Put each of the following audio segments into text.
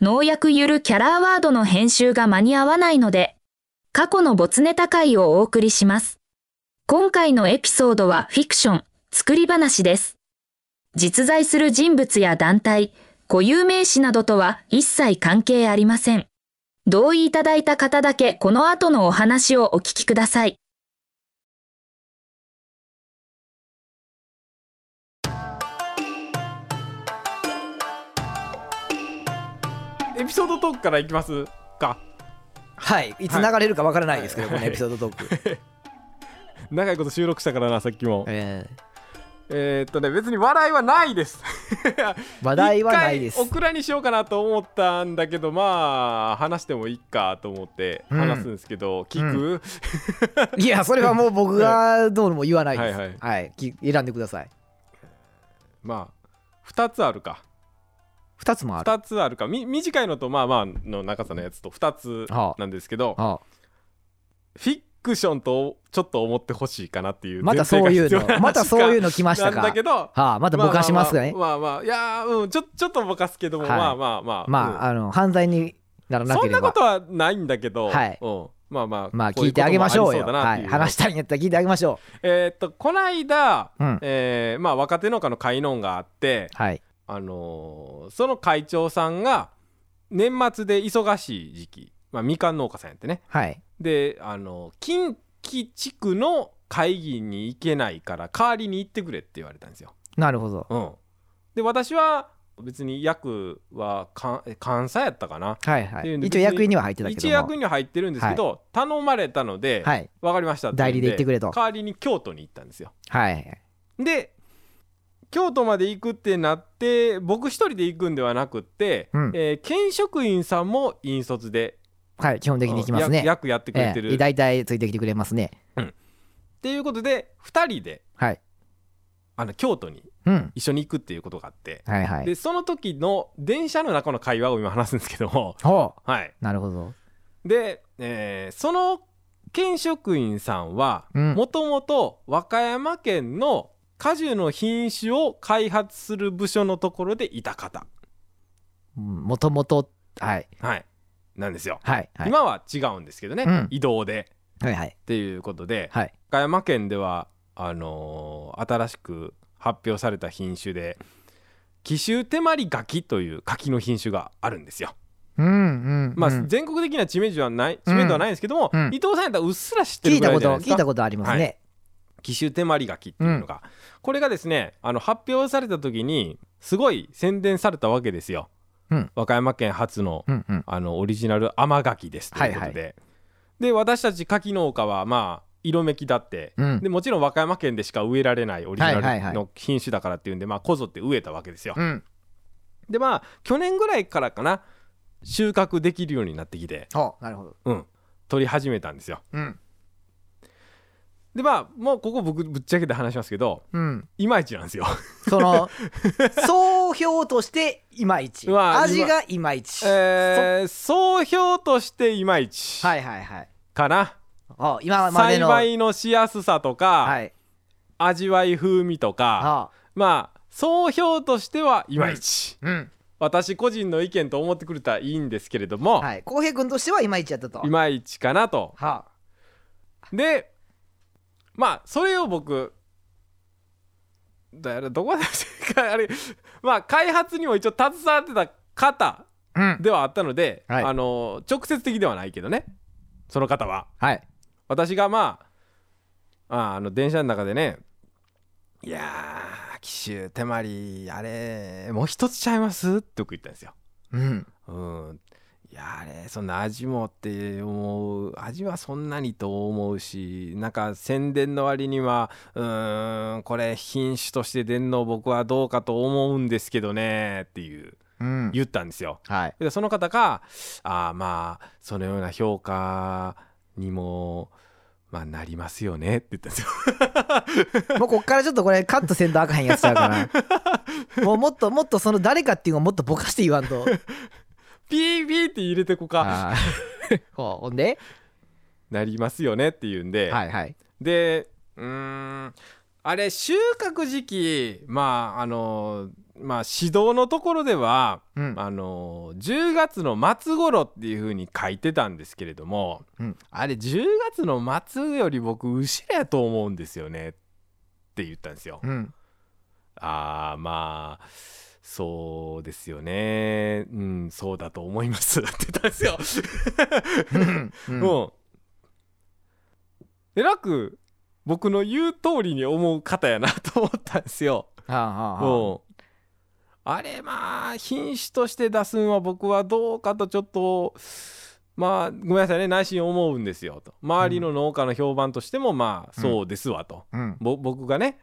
農薬ゆるキャラアワードの編集が間に合わないので、過去の没ネタ会をお送りします。今回のエピソードはフィクション、作り話です。実在する人物や団体、固有名詞などとは一切関係ありません。同意いただいた方だけこの後のお話をお聞きください。エピソードトークからいきますかはい、いつ流れるかわからないですけど、はいこのエピソードトー ク。長いこと収録したからなさっきもええー、っとね別に笑いはない ですー話題はないで一す回オ。クラにしようかなと思ったんだけどまあ話してもいいかと思ってうん話すんですけど、聞く、 いや、それはもう僕がどうのも言わないです。ははいい、はいき選んでください。 まあ2つあるか二つもある。 2つあるかみ短いのとまあまあの長さのやつと2つはあなんですけど、ああフィクションとちょっと思ってほしいかなっていうまたそうい前う提が必要なの、またそういう話の来ましたなんか。だけどはあ、またぼかしますかね。まあまあまあ、まあまあいやーうんちょちょっとぼかすけども、はいまあまあまあまあ、うんあの犯罪にならなそけんれなこばと。はないんだけど、はいうんまあまあまあこう聞いてあげましょうよ。ことはい、もあり話そしたいんやったら聞いてあげましうょだなっていうえーっとこないだ、う。うん。えーまあ、若手農家の会のんがあって、はい。あのーその会長さんが年末で忙しい時期、まあ、みかん農家さんやってねはい。で、あのー近畿地区の会議に行けないから代わりに行ってくれって言われたんですよ。なるほど。うん、で私は別に役はかんえ監査やったかなはいはっていうい。んで一応役員には入ってたけど一も。役には入ってるんですけど、頼まれたので、はい。わかりました代理で行ってくれと代わりに京都に行ったんですよはい。で京都まで行くってなって僕一人で行くんではなくって、うんえー県職員さんも引率ではい。基本的に行きますうねん。役役やってくれてる、ええ大体ついてきてくれますね。っていうことで2人ではい。あの京都にうん。一緒に行くっていうことがあって、はいはい。でその時の電車の中の会話を今話すんですけどもほはい、う。なるほど。で、えーその県職員さんはうんもともと和歌山県の果樹の品種を開発する部署のところでいた方、うんもともと、はい。はい、なんですよ、はい。はい。今は違うんですけどね、うん移動ではいはい。っていうことで、はい。和歌山県ではあのー新しく発表された品種で紀州手まり柿という柿の品種があるんですよ。うんうん。まあ、うん全国的な知名度はない知名度はないんですけども、うん伊藤さんやったらうっすら知って聞るいぐたらこいじゃないと、です聞いかたことありますね。紀州手まり柿っていうのが、これがですねあの発表された時にすごい宣伝されたわけですよ、うん和歌山県初のうんうん。あのオリジナル甘柿ですということで、はいで私たち柿農家はまあ色めきだって、うんでもちろん和歌山県でしか植えられないオリジはいはナいはルいの品種だからっていうんで、まあ、こぞって植えたわけですよ、うん。でまあ去年ぐらいからかな収穫できるようになってきて、ほう。なるほど。うん、取り始めたんですようん。でまあもうここ僕ぶっちゃけて話しますけどうん。いまいちなんですよ その、総評としていまいち。うわ味がいまいち。はえー、総評としていまいちいはいはい。かな、あ今まで栽の。培のしやすさとか、はい。味わい風味とかあまあ総評としてはいまいち、うん。私個人の意見と思ってくれたらいいんですけれども、はい。浩平君としてはいまいちやったと。い、はまいちかなとあ。でまあそれを僕だからどこだあれまあ開発にも一応携わってた方うん。ではあったので、はいあの直接的ではないけどねその方は。はい。私がまあああの電車の中でねいやー紀州手まりあれもう一つちゃいますって僕言ったんですよ。うん。うんいやーあれそんな味もって思う味はそんなにと思うしなんか宣伝の割にはうーんこれ品種として出んの僕はどうかと思うんですけどねっていううん。言ったんですよ。はい。でその方があーまあそのような評価にも、まあ、なりますよねって言ったんですよ。 もうこっからちょっとこれカットせんとあかへんやつちゃう から。もうもっともっとその誰かっていうのをもっとぼかして言わんと。ピーピーって入れてこか あーほうほんでなりますよねって言うんで、はいはい。でうーんあれ収穫時期まああのまあ指導のところでは、うんあの10月の末頃っていう風に書いてたんですけれども、うんあれ10月の末より僕後ろやと思うんですよねって言ったんですよ。 うんあーまあそうですよねうんそうだと思います って言ったんですよ。うんうん。えらく僕の言う通りに思う方やなと思ったんですよ。ああああうん。あれまあ品種として出すんは僕はどうかとちょっとまあごめんなさいね内心思うんですよと周りの農家の評判としてもまあそうですわと、うんぼ僕がね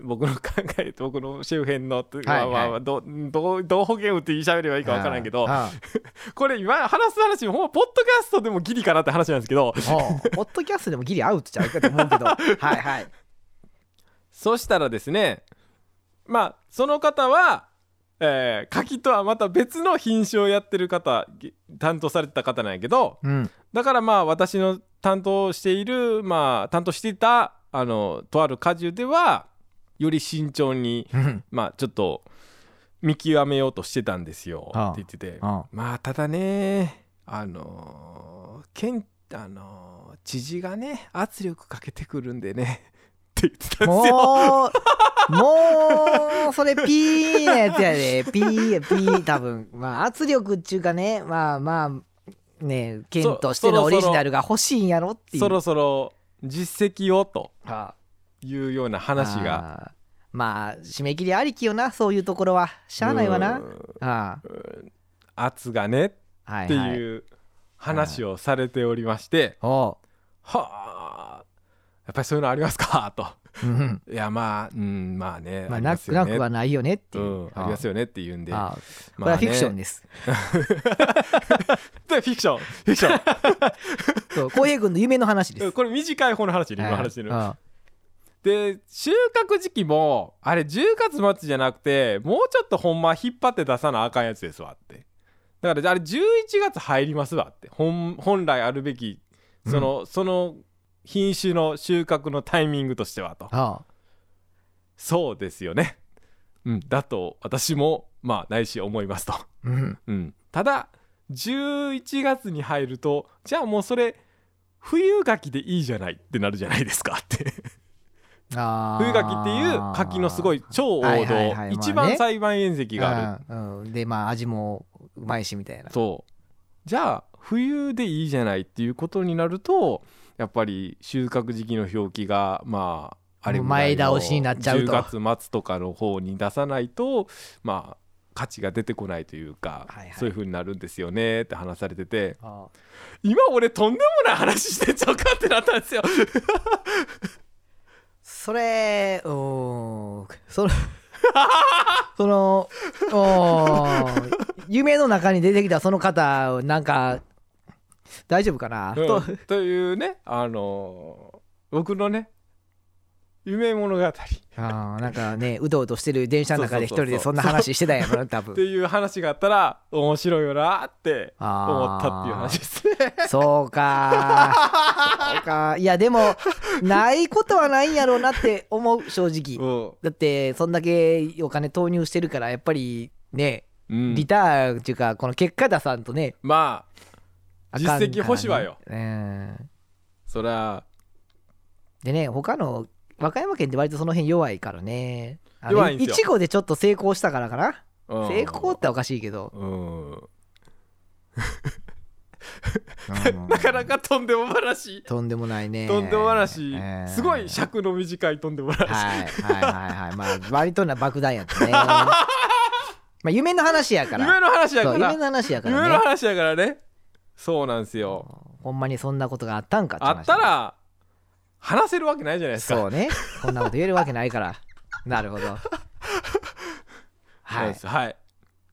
僕の考えと僕の周辺のと、はいはいまあまあまあどどうどう保険打っていい喋ればいいか分からんけどああこれ今話す話もほんまポッドキャストでもギリかなって話なんですけどおうポッドキャストでもギリアウトちゃうかと思うけど はいはいそしたらですねまあその方は、えー柿とはまた別の品種をやってる方ぎ担当されてた方なんやけどうんだからまあ私の担当しているまあ担当していたあのとある果樹ではより慎重にうんまあちょっと見極めようとしてたんですよああって言っててあまあただねあのー、けんあのー、知事がね圧力かけてくるんでね って言ってたあんですよ。もうもうそれピーのやつやでピーピー多分まあ圧力っちゅうかねまあまあねケンとしてのオリジナルが欲しいんやろっていうそろそろ実績をとあいうような話が。ああまあ締め切りありきよなそういうところはしゃあないわうなんあ圧がねっあはいてはいいう話をされておりまして、おはあやっぱりそういうのありますかと。ううんいやまあうんまあね。まありなますくよなね、くはないよねっていううんありますよねって言うんで、ああこまれあはねフィク ションですでフィクションフィクショそう浩平君の夢の話ですンこれ短い方の話ね今の話してるあで収穫時期もあれ10月末じゃなくてもうちょっとほんま引っ張って出さなあかんやつですわってだからあれ11月入りますわって本本来あるべきその、その品種の収穫のタイミングとしてはとあそうですよねうんだと私もまあないし思いますとうんうん、ただ11月に入るとじゃあもうそれ冬柿でいいじゃないってなるじゃないですかってああ冬柿っていう柿のすごい超王道、はいはいはいまあね一番栽培面積がある、うんうんでまあ味もうまいしみたいなそうじゃあ冬でいいじゃないっていうことになるとやっぱり収穫時期の表記がまああれぐらいの前倒しになっちゃうと10月末とかの方に出さないとまあ価値が出てこないというか、はいはいそういう風になるんですよねって話されてて、あ今俺とんでもない話してんちゃうかってなったんです よそれうーん そのそのうーん夢の中に出てきたその方なんか大丈夫かな、うんとというねあのー僕のね夢物語っあーなんかねうとうとしてる電車の中で一人でそんな話してたん やろな多て分いう話があったら面白いよなって思ったっていう話ですねそうか そうかいやでもないことはないんやろうなって思う正直うだってそんだけお金投入してるからやっぱりねん、リターンっていうかこの結果出さんとねまああかんからね実績欲しはようんそりゃでね他の和歌山県って割とその辺弱いからねあの弱いんですよいちごでちょっと成功したからかなうん成功っておかしいけどうんなかなかとんでも話、とんでもないねとんでも話、えーすごい尺の短いとんでも話、はいはいはいはいまあ割とな爆弾やった ねまあ夢の話やから夢の話やそかうら夢の話やか夢のらね話やからねそうなんですよほんまにそんなことがあったんかてあ話ったら話せるわけないじゃないですか。そうねこんなこと言えるわけな いからなるほどはいそうでもすはい。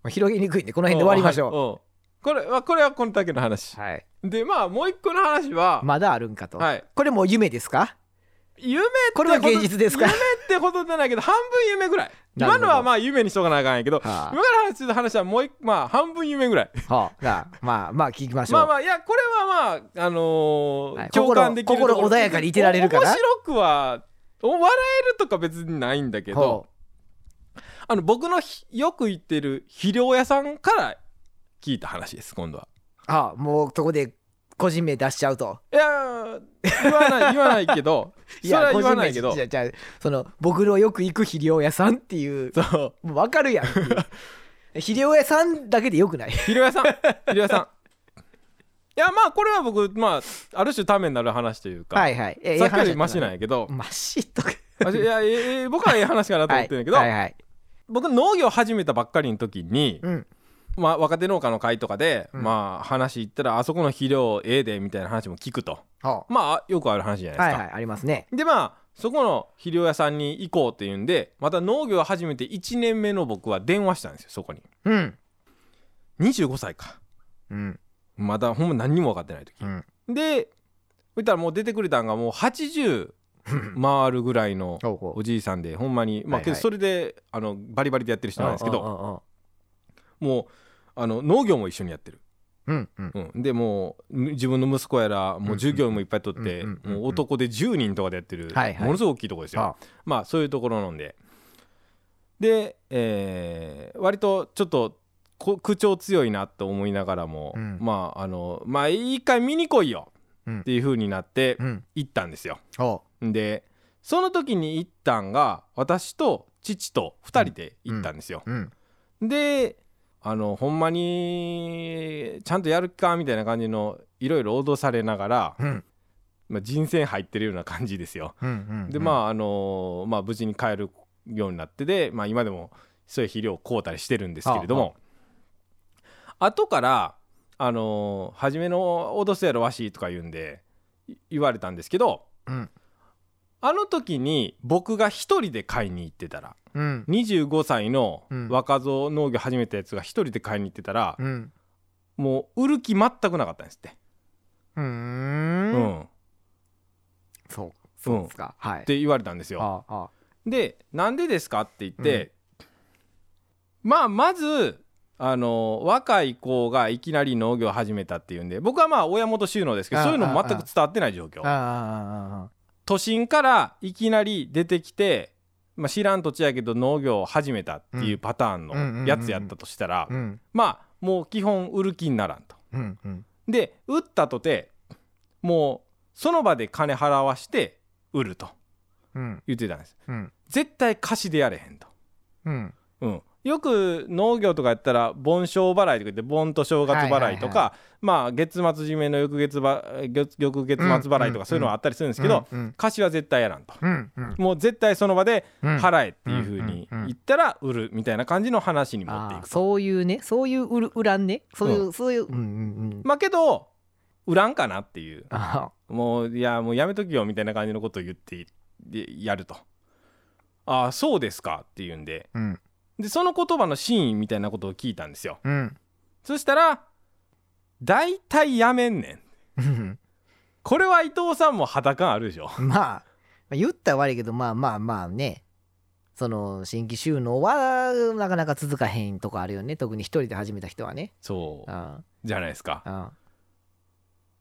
う広げにくいんでこの辺で終わりましょうょう。んこれはこれはこのだけの話。はい、でまあもう一個の話は、まだあるんかと、はいこれもう夢ですか夢ってこれは現実ですか夢ってほどじゃないけど半分夢ぐらい。 なるほ今どのはまあ夢にしとかなあかんやけど、 はあ今から話する話はもう一まあ半分夢ぐらい。はあ、なあまあまあ聞きましょう、まあまあいやこれはまああのーはい共感できるところ心心穏やかにいてられるから面白くはお笑えるとか別にないんだけどほあの僕のひよく行ってる肥料屋さんから聞いた話です今度は。うあもうそこで個人名出しちゃうといやー言わない言わないけどそれは言 わないけど個人名じゃあじゃあその僕のよく行く肥料屋さんっていうそうもう分かるやんっていう肥料屋さんだけでよくない肥料屋さん 肥料屋さんいやまあこれは僕まあある種ためになる話というか、はいはいええさっきよ話だりたマシなんやけどマシとかマシいやええ僕はええ話かなと思ってるんだけど、はいはいはい僕農業始めたばっかりの時に、うんまあ、若手農家の会とかで、うんまあ話行ったらあそこの肥料ええでみたいな話も聞くとはまあよくある話じゃないあですか。はいはいありますねでまあそこの肥料屋さんに行こうっていうんでまた農業始めて1年目の僕は電話したんですよそこにうん25歳かうんまだほんま何にも分かってない時、うんでそしたらもう出てくれたんがもう80回るぐらいのほうほおじいさんでほんまにまあはいはいけどそれであのバリバリでやってる人なんですけどどもうあの農業も一緒にやってる、うんうんうん、でもう自分の息子やらもう従業員もいっぱい取ってうんうんもう男で10人とかでやってるはいはいものすごく大きいとこですよ、あまあそういうところなんでで、えー割とちょっとこ口調強いなと思いながらも、うんまああのまあ一回見に来いようんっていう風になってうん行ったんですよ。ほでその時に行ったんが私と父と2人で行ったんですよ。ううんであのほんまにちゃんとやるかみたいな感じのいろいろ脅されながら、うんまあ、人選入ってるような感じですよ。うんうんでまああのーまあ無事に帰るようになってで、まあ、今でもそういう肥料を買うたりしてるんですけれども、後から、あのー初めの「脅すやろわし」とか言うんでい言われたんですけど、うんあの時に僕が一人で買いに行ってたらうん25歳のうん若造農業始めたやつが一人で買いに行ってたら、うんもう売る気全くなかったんですって。うーうんんっそうそうですかはいて言われたんですよ。あああでなんでですかって言って、まあまずあの若い子がいきなり農業を始めたっていうんで僕はまあ親元収納ですけどあそういうのもあ全く伝わってない状況あああ都心からいきなり出てきて、まあ、知らん土地やけど農業を始めたっていうパターンのやつやったとしたら、あうんまあもう基本売る気にならんと。うんうんで売ったとてもうその場で金払わして売るとうん言ってたんです。うん絶対貸しでやれへんとうんうん、よく農業とかやったら盆正払いとか言って盆と正月払いとか、はいはいはまあ月末締めの翌月ば月翌月末払いとかそういうのはあったりするんですけど、うん貸しは絶対やらんと、うんうんもう絶対その場でうん払えっていう風に言ったら売るみたいな感じの話に持っていああくと、そういうねそういううるうらんねそういう、そういううんうんうんまあけど売らんかなっていうあもういやもうやめときよみたいな感じのことを言ってでやるとああそうですかっていうんであうんでその言葉の真意みたいなことを聞いたんですようんそしたら大体やめんねんうんこれは伊藤さんも肌感あるでしょ まあまあ言ったら悪いけどまあまあまあねその新規収納はなかなか続かへんとかあるよね特に一人で始めた人はねそうあじゃないですかあああ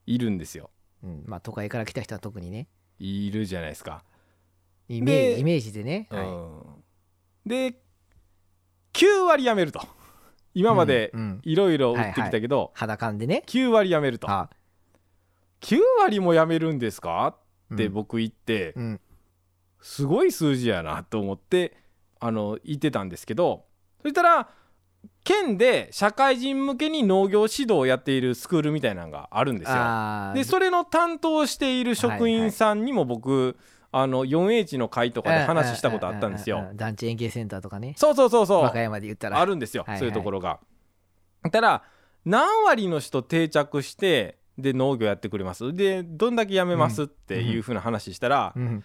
いるんですようんまあ都会から来た人は特にねいるじゃないですか、イメーでジイメージでね、うはいんで9割やめると今までうんうんいろいろ売ってきたけど、裸感でね9割やめるとあ9割もやめるんですかあって僕言って、うんすごい数字やなと思ってあの言ってたんですけどそしたら県で社会人向けに農業指導をやっているスクールみたいなのがあるんですよ。ああでそれの担当している職員さんにも僕、あの 4H の会とかで話したことあったんですううよう。う団地園芸センターとかねそうそうそうそ和う歌山で言ったらあるんですよ、はいはいそういうところが。ただ何割の人定着してで農業やってくれますでどんだけやめますっていうふうな話したら、うん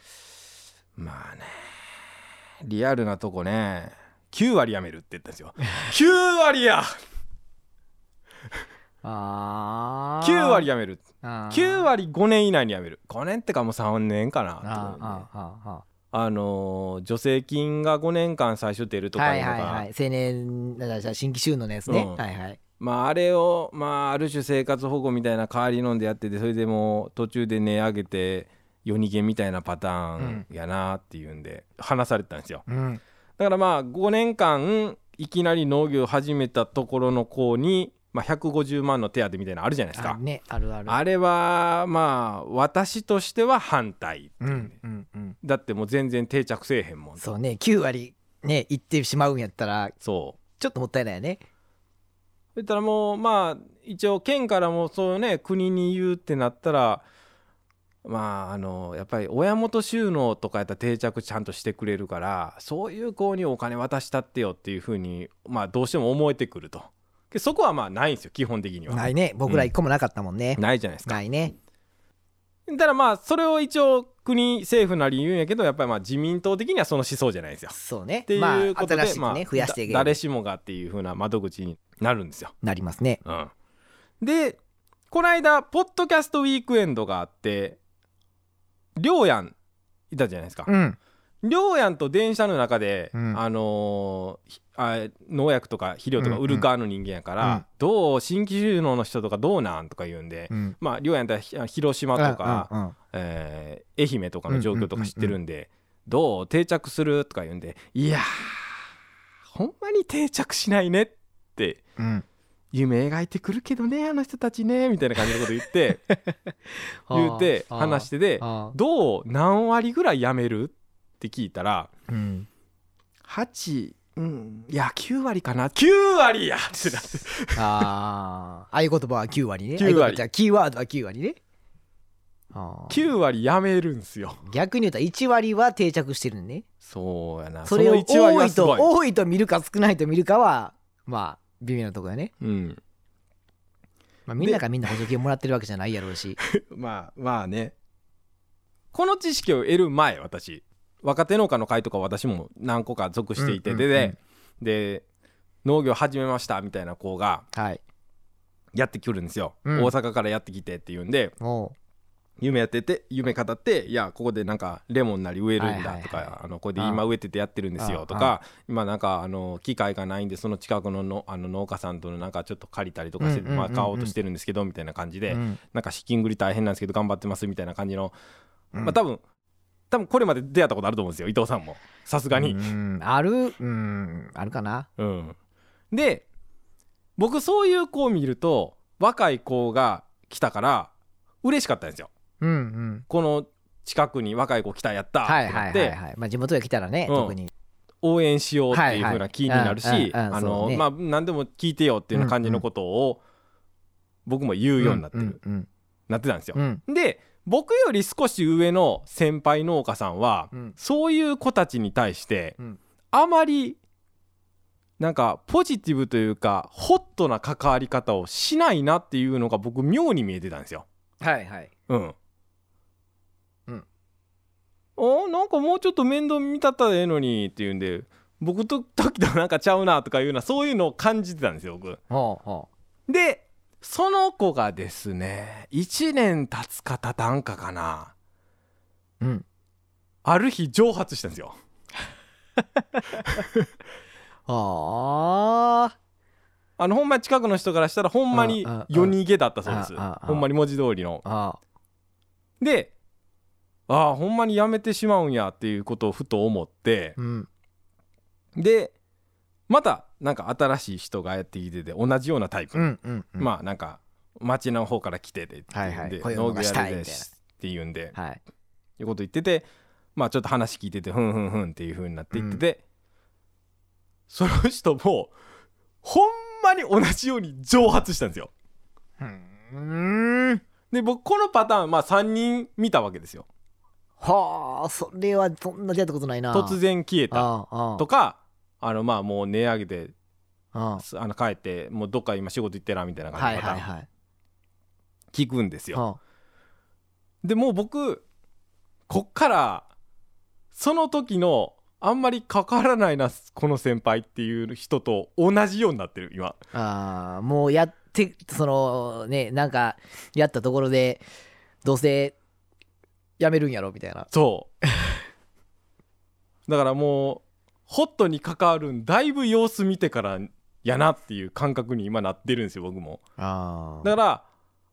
まあねリアルなとこね9割やめるって言ったんですよ9割やああ9割やめる9 9割5年以内にやめる5年ってかもう3年かなと思うんであああああのー助成金が5年間最初出るとかはいういのが、はいはい青年だから新規収納のやつね、うんはいはいまああれをまあある種生活保護みたいな代わりのんでやっててそれでもう途中で値上げて夜逃げみたいなパターンやなっていうんで話されてたんですようんだからまあ5年間いきなり農業始めたところの子に、まあ、150万の手当みたいなのあるじゃないですあかねあるあるあれはまあ私としては反対、うんうんうんだってもう全然定着せえへんもんそうね9割ねいってしまうんやったらそうちょっともったいないよねそしたらもうまあ一応県からもそうね国に言うってなったらまああのやっぱり親元収納とかやったら定着ちゃんとしてくれるからそういう子にお金渡したってよっていうふうにまあどうしても思えてくるとでそこはまあないんですよ基本的にはないね僕ら一個もなかったもんね、ないじゃないですかないねただまあそれを一応国政府なり言うんやけどやっぱりまあ自民党的にはその思想じゃないんですよそうねってまいうあことで、新しくね、まあ増やしていけだ誰るしもがっていう風な窓口になるんですよなりますねうん、でこの間ポッドキャストウィークエンドがあってりょうやんいたじゃないですか、うんりょうやんと電車の中で、うんあのーひあ農薬とか肥料とか売る側の人間やから、うんうんどう新規収納の人とかどうなんとか言うんで、うんまありょうやんだったらひ広島とか、うんうんえー愛媛とかの状況とか知ってるんで、どう定着するとか言うんでいやーほんまに定着しないねってうん夢描いてくるけどねあの人たちねみたいな感じのこと言って 言うて話しててでどう何割ぐらい辞めるって聞いたらうん8うんいや9割かな9割やって なってああ合言葉は9割ね9割合言葉じゃキーワードは9割ねあー9割辞めるんすよ逆に言うと1割は定着してるねそうやなそれをの1割多はいすとごい多いと見るか少ないと見るかはまあ微妙なとこやね、うん、まあ、みんながみんな補助金をもらってるわけじゃないやろ うしまあまあねこの知識を得る前私若手農家の会とか私も何個か属していて、うんでうんうんでで農業始めましたみたいな子がはいやってくるんですよ、うん大阪からやってきてって言うんでおう夢やってて夢語っていやここでなんかレモンなり植えるんだとか、はいはいはいあのこれで今植えててやってるんですあよあとか今なんかあの機械がないんでその近くののあの農家さんとのなんかちょっと借りたりとかして、うんうんうんまうんあ、買おうとしてるんですけどみたいな感じで、うんなんか資金繰り大変なんですけど頑張ってますみたいな感じの、うんまあ多分多分これまで出会ったことあると思うんですよ伊藤さんもさすがにう。んあるうんあるかなうん、で僕そういう子を見ると若い子が来たから嬉しかったんですよ。うんうんこの近くに若い子来たやったってはいなはっいて、はいはいまあ地元が来たらね、うん特に応援しようっていう風な気になるはいはいしうんうんうんあそうのねまあ何でも聞いてよっていうような感じのことを僕も言うようになってるうんなってたんですよう。んで僕より少し上の先輩農家さんはうんそういう子たちに対してうんあまりなんかポジティブというかホットな関わり方をしないなっていうのが僕妙に見えてたんですよ。はいはいうん。うん。おなんかもうちょっと面倒見たったらええのにっていうんで僕と時となんかちゃうなとかいうようなそういうのを感じてたんですよ僕。ほうほでその子がですね1年経つか経たんかかなううんある日蒸発したんですよ。あああのほんまに近くの人からしたらほんまにあああ夜逃げだったそうです。あああほんまに文字通りの。あでああほんまにやめてしまうんやっていうことをふと思って。うんでまたなんか新しい人がやってきてて同じようなタイプ、うんうんうんまあなんか町の方から来ててって言うんで、はいはい農雇用業がしたいやみたいなるですって言うんで、い、はい。うこと言っててまあちょっと話聞いててふんふんふんっていう風になっていってて、その人もほんまに同じように蒸発したんですよ。うん。で僕このパターンまあ3人見たわけですよ。はあ、それはそんな出会ったことないな。突然消えたああああとかあのまあもう値上げでああの帰ってもうどっか今仕事行ってなみたいなあは感じいのパターはいンはい。聞くんですよ。あでもう僕こっからその時のあんまり関わらないなこの先輩っていう人と同じようになってる今ああ、もうやって、そのね、なんかやったところで、どうせやめるんやろみたいな。そう だからもうホットに関わるんだいぶ様子見てからやなっていう感覚に今なってるんですよ僕もあだから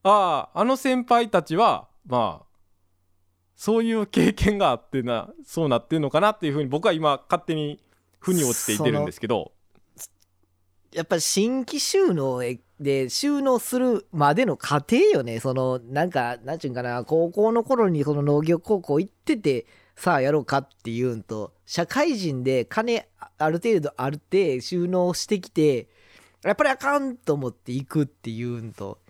あああの先輩たちはまあそういう経験があってなそうなってんのかなっていうふうに僕は今勝手に腑に落ちていてるんですけどやっぱり新規収納で収納するまでの過程よねそのなんかなんちゅうんかな高校の頃にその農業高校行っててさあやろうかっていうんと社会人で金ある程度あるって収納してきてやっぱりあかんと思って行くっていうんと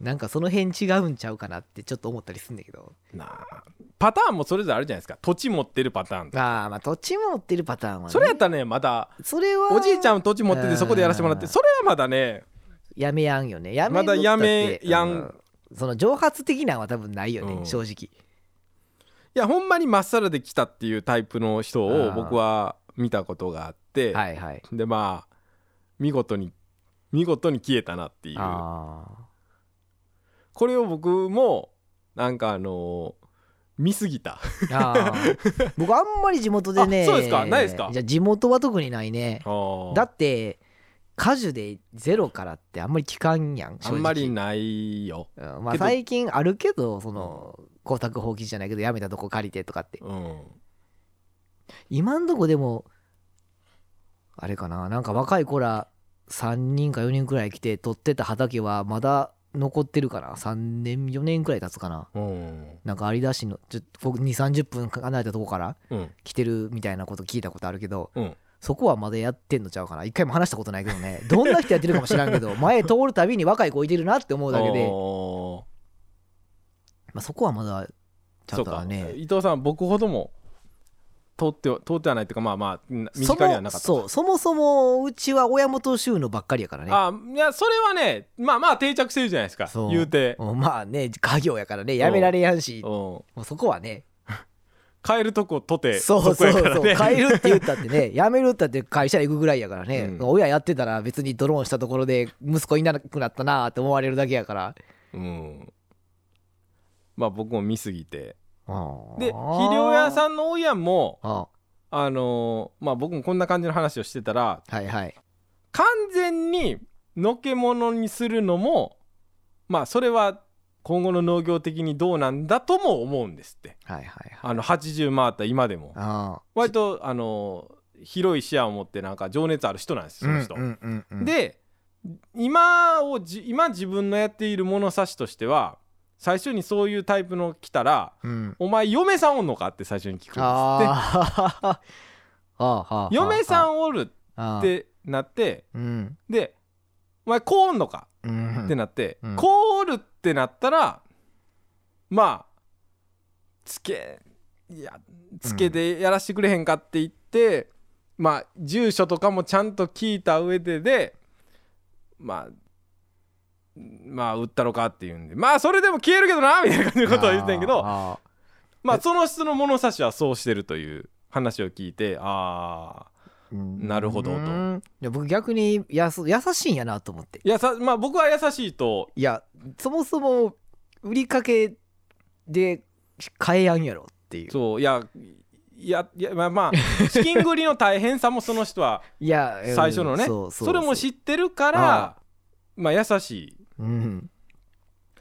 なんかその辺違うんちゃうかなってちょっと思ったりするんだけどなあパターンもそれぞれあるじゃないですか土地持ってるパターンとまあまあ土地持ってるパターンはねそれやったらねまだそれはおじいちゃん土地持っててそこでやらせてもらってうんそれはまだねやめやんよねやめまだやめったってやんうその蒸発的なんは多分ないよね、うん正直いやほんまにまっさらで来たっていうタイプの人あーを僕は見たことがあって、はいはいでまあ見事に見事に消えたなっていうあこれを僕もなんかあのー見すぎたーあー 僕あんまり地元でねあそうですかないですかじゃあ地元は特にないねだだって果樹でゼロからってあんまり聞かんやんあ正直んまりないよ、うんまあけど最近あるけどその光沢放棄じゃないけどやめたとこ借りてとかってうん、今んとこでもあれかななんか若い子ら3人か4人くらい来て取ってた畑はまだ残ってるかな3年4年くらい経つかなうんなんか有田市のちょっと2 3 0分離れたとこからうん、来てるみたいなこと聞いたことあるけど、うんそこはまだやってんのちゃうかな一回も話したことないけどねどんな人やってるかも知らんけど前通るたびに若い子いてるなって思うだけで、 おまあ、そこはまだちーゃそんうとかはね伊藤さん僕ほども通っては通ってはないっていうかまあまあん身そ近にはなもかったそうそもそもうちは親元収納ばっかりやからねあいやそれはねまあまあ定着してるじゃないですかそう言うて、うんまあね家業やからねやめられやんしうん、もうそこはね変えるとことてそうこそうやそかう、らね変えるって言ったってねやめるったって会社行くぐらいやからね、うん親やってたら別にドローンしたところで息子いなくなったなーって思われるだけやから うん、まあ僕も見すぎてでで肥料屋んさんの親もああのーまあ僕もこんな感じの話をしてたらはいはい完全にのけものにするのもまあそれは今後の農業的にどうなんだとも思うんですってはいはいはいあの80回った今でもあ割とあのー広い視野を持ってなんか情熱ある人なんですーよその人。うんうんうんうんで今をじ今自分のやっている物差しとしては最初にそういうタイプの来たらうん「お前嫁さんおんのか?」って最初に聞くんで すあーはあはあはあって嫁さんんおるっってなってうんで「お前こうおんのか?」うんってなってうんこうおるってなったらまあつけいやつけでやらしてくれへんかって言ってまあ住所とかもちゃんと聞いた上ででまあまあ売ったろかっていうんでまあそれでも消えるけどなみたいな感じのことを言ってんけどあーまあその人の物差しはそうしてるという話を聞いてああなるほどとうんいや僕逆にやす優しいんやなと思っていやさまあ僕は優しいといやそもそも売りかけで買えやんやろっていうそういやいやいやまあま あ資金繰りの大変さもその人はいやうん最初 のね、そうそれも知ってるからあまあ優しいうん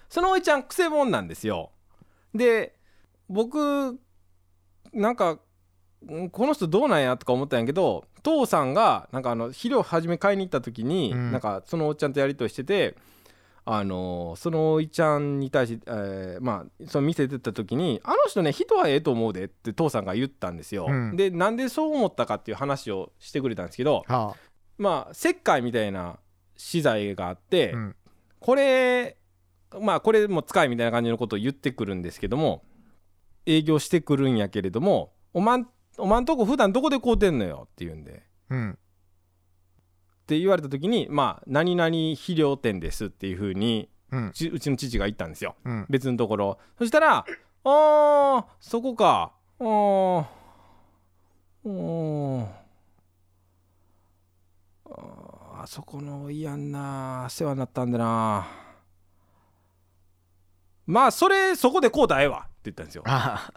そのおいちゃんくせ者なんですよで僕なんかんこの人どうなんやとか思ったんやけど父さんがなんかあの肥料初め買いに行った時に、うんなんかそのおっちゃんとやり取りしててあのそのおいちゃんに対して、えーまあその店出た時に「あの人ね人はええと思うで」って父さんが言ったんですよ。うんでなんでそう思ったかっていう話をしてくれたんですけどはまあ石灰みたいな資材があって、あうんこれまあこれも使いみたいな感じのことを言ってくるんですけども営業してくるんやけれどもおまんおまんとこ普段どこで買うてんのよって言うんでっうんて言われた時にまあ何々肥料店ですっていうふうにうんちうちの父が言ったんですようん別のところそしたら「あーそこかあーおーあーあそこのいやんな世話になったんだなまあそれそこでこうだええわ」って言ったんですよあ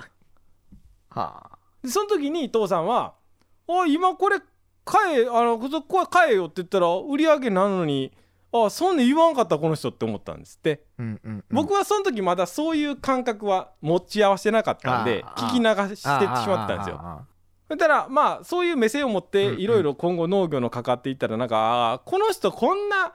あはでその時に父さんは「あ今これ買えあのここは買えよ」って言ったら売り上げなのにあそんな言わんかったこの人って思ったんですって、うんうんうん僕はその時まだそういう感覚は持ち合わせてなかったんであー聞き流してしまったんですよああああああそしたらまあそういう目線を持ってうんうんいろいろ今後農業のかかっていったらなんか、あーこの人こんな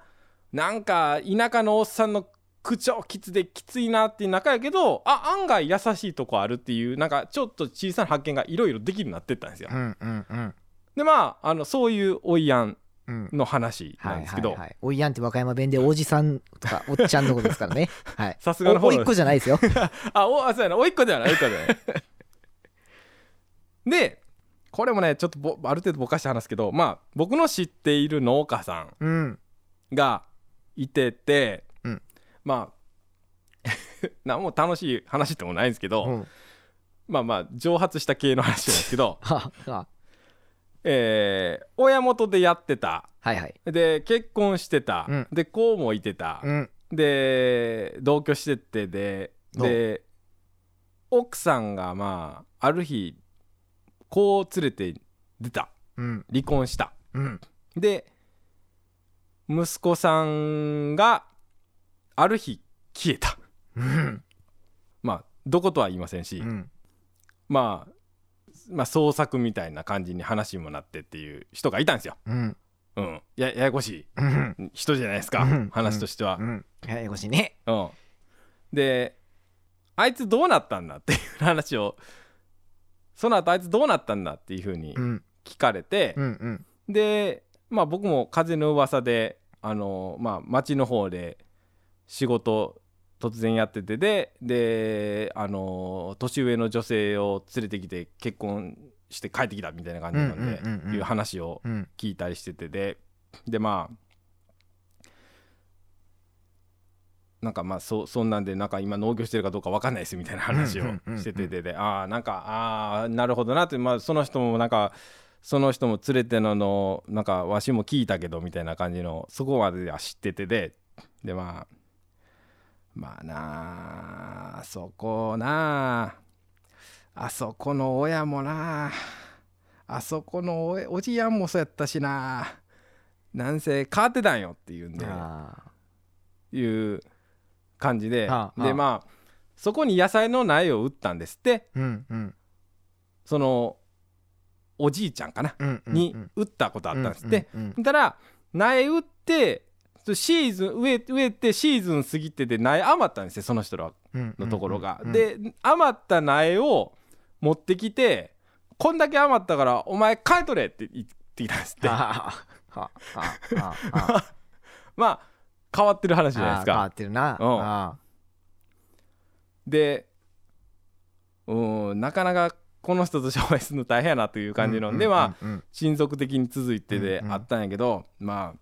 なんか田舎のおっさんの口調きつできついなっていう中やけどあ案外優しいとこあるっていうなんかちょっと小さな発見がいろいろできるようになってったんですよ。うんうんうんでまああのそういうおいやんうんの話なんですけどはいはいはい、おいやんって和歌山弁でおじさんとかおっちゃんのことですからねはいさすがのお方おいっ子じゃないですよ あおあそうやなおいっ子ではないおいっ子ではない でこれもねちょっとぼある程度ぼかして話すけどまあ僕の知っている農家さんうんがいてて、うんまあ 何も楽しい話でもないんですけど、うん、まあまあ蒸発した系の話なんですけど ははえー親元でやってたはいはいで結婚してた、うんで子もいてた、うんで同居しててでおで奥さんがまあある日子を連れて出たうん離婚したうんで息子さんがある日消えたうんまあどことは言いませんし、うんまあまあ創作みたいな感じに話にもなってっていう人がいたんですよ。うんうん、やややこしうんい人じゃないですか、うん話としてはう。んややこしいねうん、であいつどうなったんだっていう話をその後あいつどうなったんだっていうふうにうん聞かれて、うんうんでまあ僕も風の噂であのまあ町の方で仕事突然やっててでであの年上の女性を連れてきて結婚して帰ってきたみたいな感じなんで、うんうんうんうんいう話をうん聞いたりしててででまあなんかまあそそんなんでなんか今農業してるかどうかわかんないですみたいな話をうんうんうんうんしててででああなんかああなるほどなって、まあ、その人もなんかその人も連れてののなんかわしも聞いたけどみたいな感じのそこまでは知っててででまあまあなあそこなああそこの親もなああそこのおおじやんもそうやったしななんせ変わってたんよっていうんであいう感じで、はあはであまあそこに野菜の苗を打ったんですってーうんうんそのおじいちゃんかな、うんうんにうん打ったことあったんですって、うんうんだから苗打ってシーズン植え植えてシーズン過ぎてて苗余ったんですよその人らうんのところが、うんうんで余った苗を持ってきてこんだけ余ったからお前買い取れって言ってきたんですってはあはあはあはあはあまあ変わってる話じゃないであすー変わかってるなうんあでうんなかなかこの人と商売するの大変やなというー感じの、うんうんうんうんでまあ親族的に続いてでうんうんあったんやけど、まあ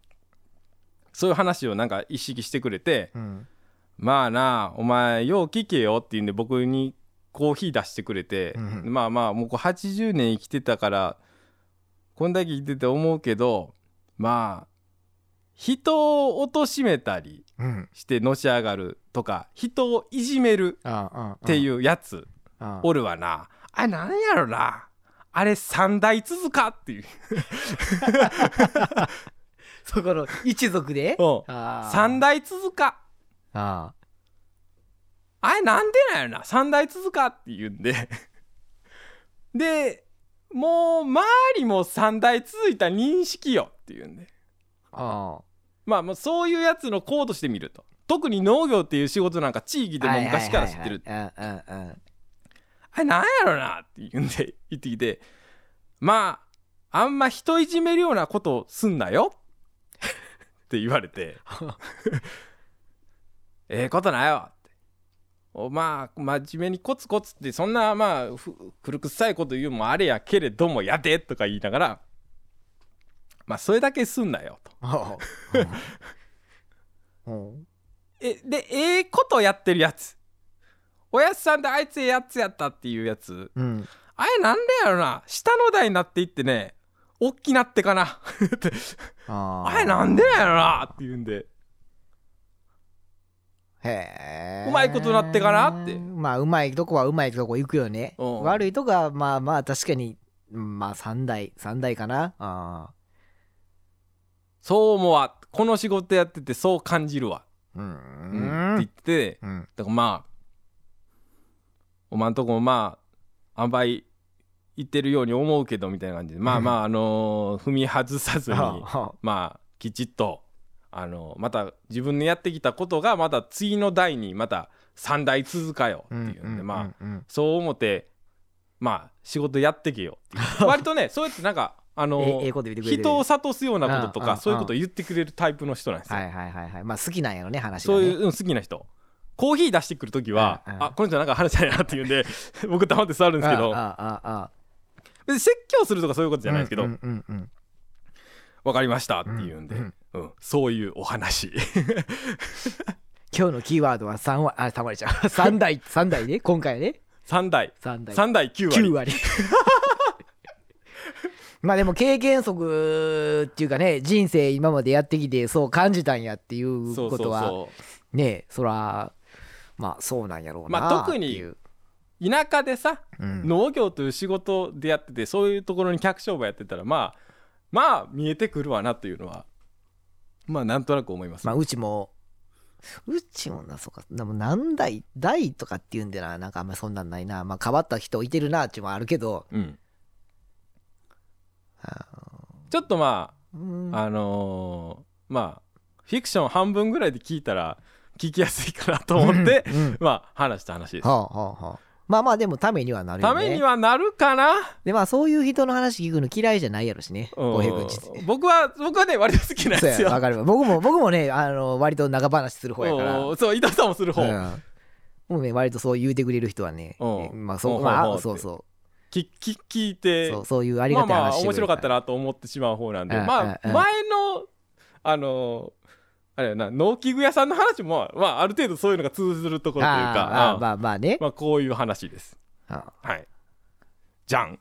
そういう話をなんか意識してくれて、うんまあなあお前よう聞けよって言うんで僕にコーヒー出してくれて、うんうまあまあもうこう80年生きてたからこんだけ生きてて思うけどまあ人を貶としめたりうんしてのし上がるとか人をいじめるあーあーっていうやつあーおるわなあれなんやろなあれ三代続かって いうそこの一族でうん三三代続かああれなんでなんやろな三代続かって言うんで でもう周りも三代続いた認識よって言うんでああまあもうそういうやつのコードしてみると特に農業っていう仕事なんか地域でも昔から知ってるはいはいはいはいうんうんうんあれなんやろなって言うんで言ってきてまああんま人いじめるようなことをすんなよって言われて ええことないわっておまあ真面目にコツコツってそんなまあふ古臭いこと言うのもあれやけれどもやでとか言いながらまあそれだけすんなよとああうんえでええことやってるやつおやつさんであいつええやつやったっていうやつうんあれなんでやろな下の台になっていってねおっきなってかな ってあーあれなんでなんやろなって言うんでへえうまいことなってかなってまあうまいとこはうまいとこ行くよねうん悪いとこはまあまあ確かにうんまあ三代三代かなあそう思うわこの仕事やっててそう感じるわ、ううんんって言ってうんだからまあおまんとこもまああんまり言ってるように思うけどみたいな感じでまあまああのー踏み外さずにあまあきちっとあのまた自分のやってきたことがまた次の代にまた3代続かよっていうんで、まああそう思ってまあ仕事やってけよって いう割とねそうやってなんかあのえええこと言ってくれてる人を諭すようなこととうんうんかうんそういうことを言ってくれるタイプの人なんですよ、はいはいはいはいまあ好きなんやろね話がそうねいううん好きな人コーヒー出してくる時は、うんうんあこの人なんか話したいなって言うん で僕黙って座るんですけどあああああ別に説教するとかそういうことじゃないですけど、わうんうんうんうんかりましたって言うんで、ううんんそういうお 話今日のキーワードは三割あ三割ちゃう三代三代ね今回はね3代三代3代9割9割 まあでも経験則っていうかね人生今までやってきてそう感じたんやっていうそうそこうとはそねそらまあそうなんやろうなまあ特にっていうう田舎でさ、うん農業という仕事でやっててそういうところに客商売やってたらまあまあ見えてくるわなというのはまあなんとなく思います、まあうちもうちもなそうかでも何代代とかっていうんでななんかあんまそんなんないなまあ変わった人いてるなっていうのもあるけどうん、あちょっとまーうんああのーまあフィクション半分ぐらいで聞いたら聞きやすいかなと思ってうんうん まあ話した話ですはあはあはあまあまあでもためにはなるよたねめにはなるかな、でまあそういう人の話聞くの嫌いじゃないやろしねうん浩平君ちって僕は僕はね割と好きなんそうですやよわかるわ僕も僕もねあの割と長話する方やからうんそう伊藤さんもする方、うんもうね割とそう言うてくれる人はねうんまあそううんまほうほうあってそうそきき聞いうてそうそういうありがたいまあま話あしてく面れる白かったらなと思ってしまう方なんで、うんまあうん前のあのあれやな農機具屋さんの話も、まあ、ある程度そういうのが通ずるところというあーあかーうんまあまあねまあこういう話ですあはいじゃん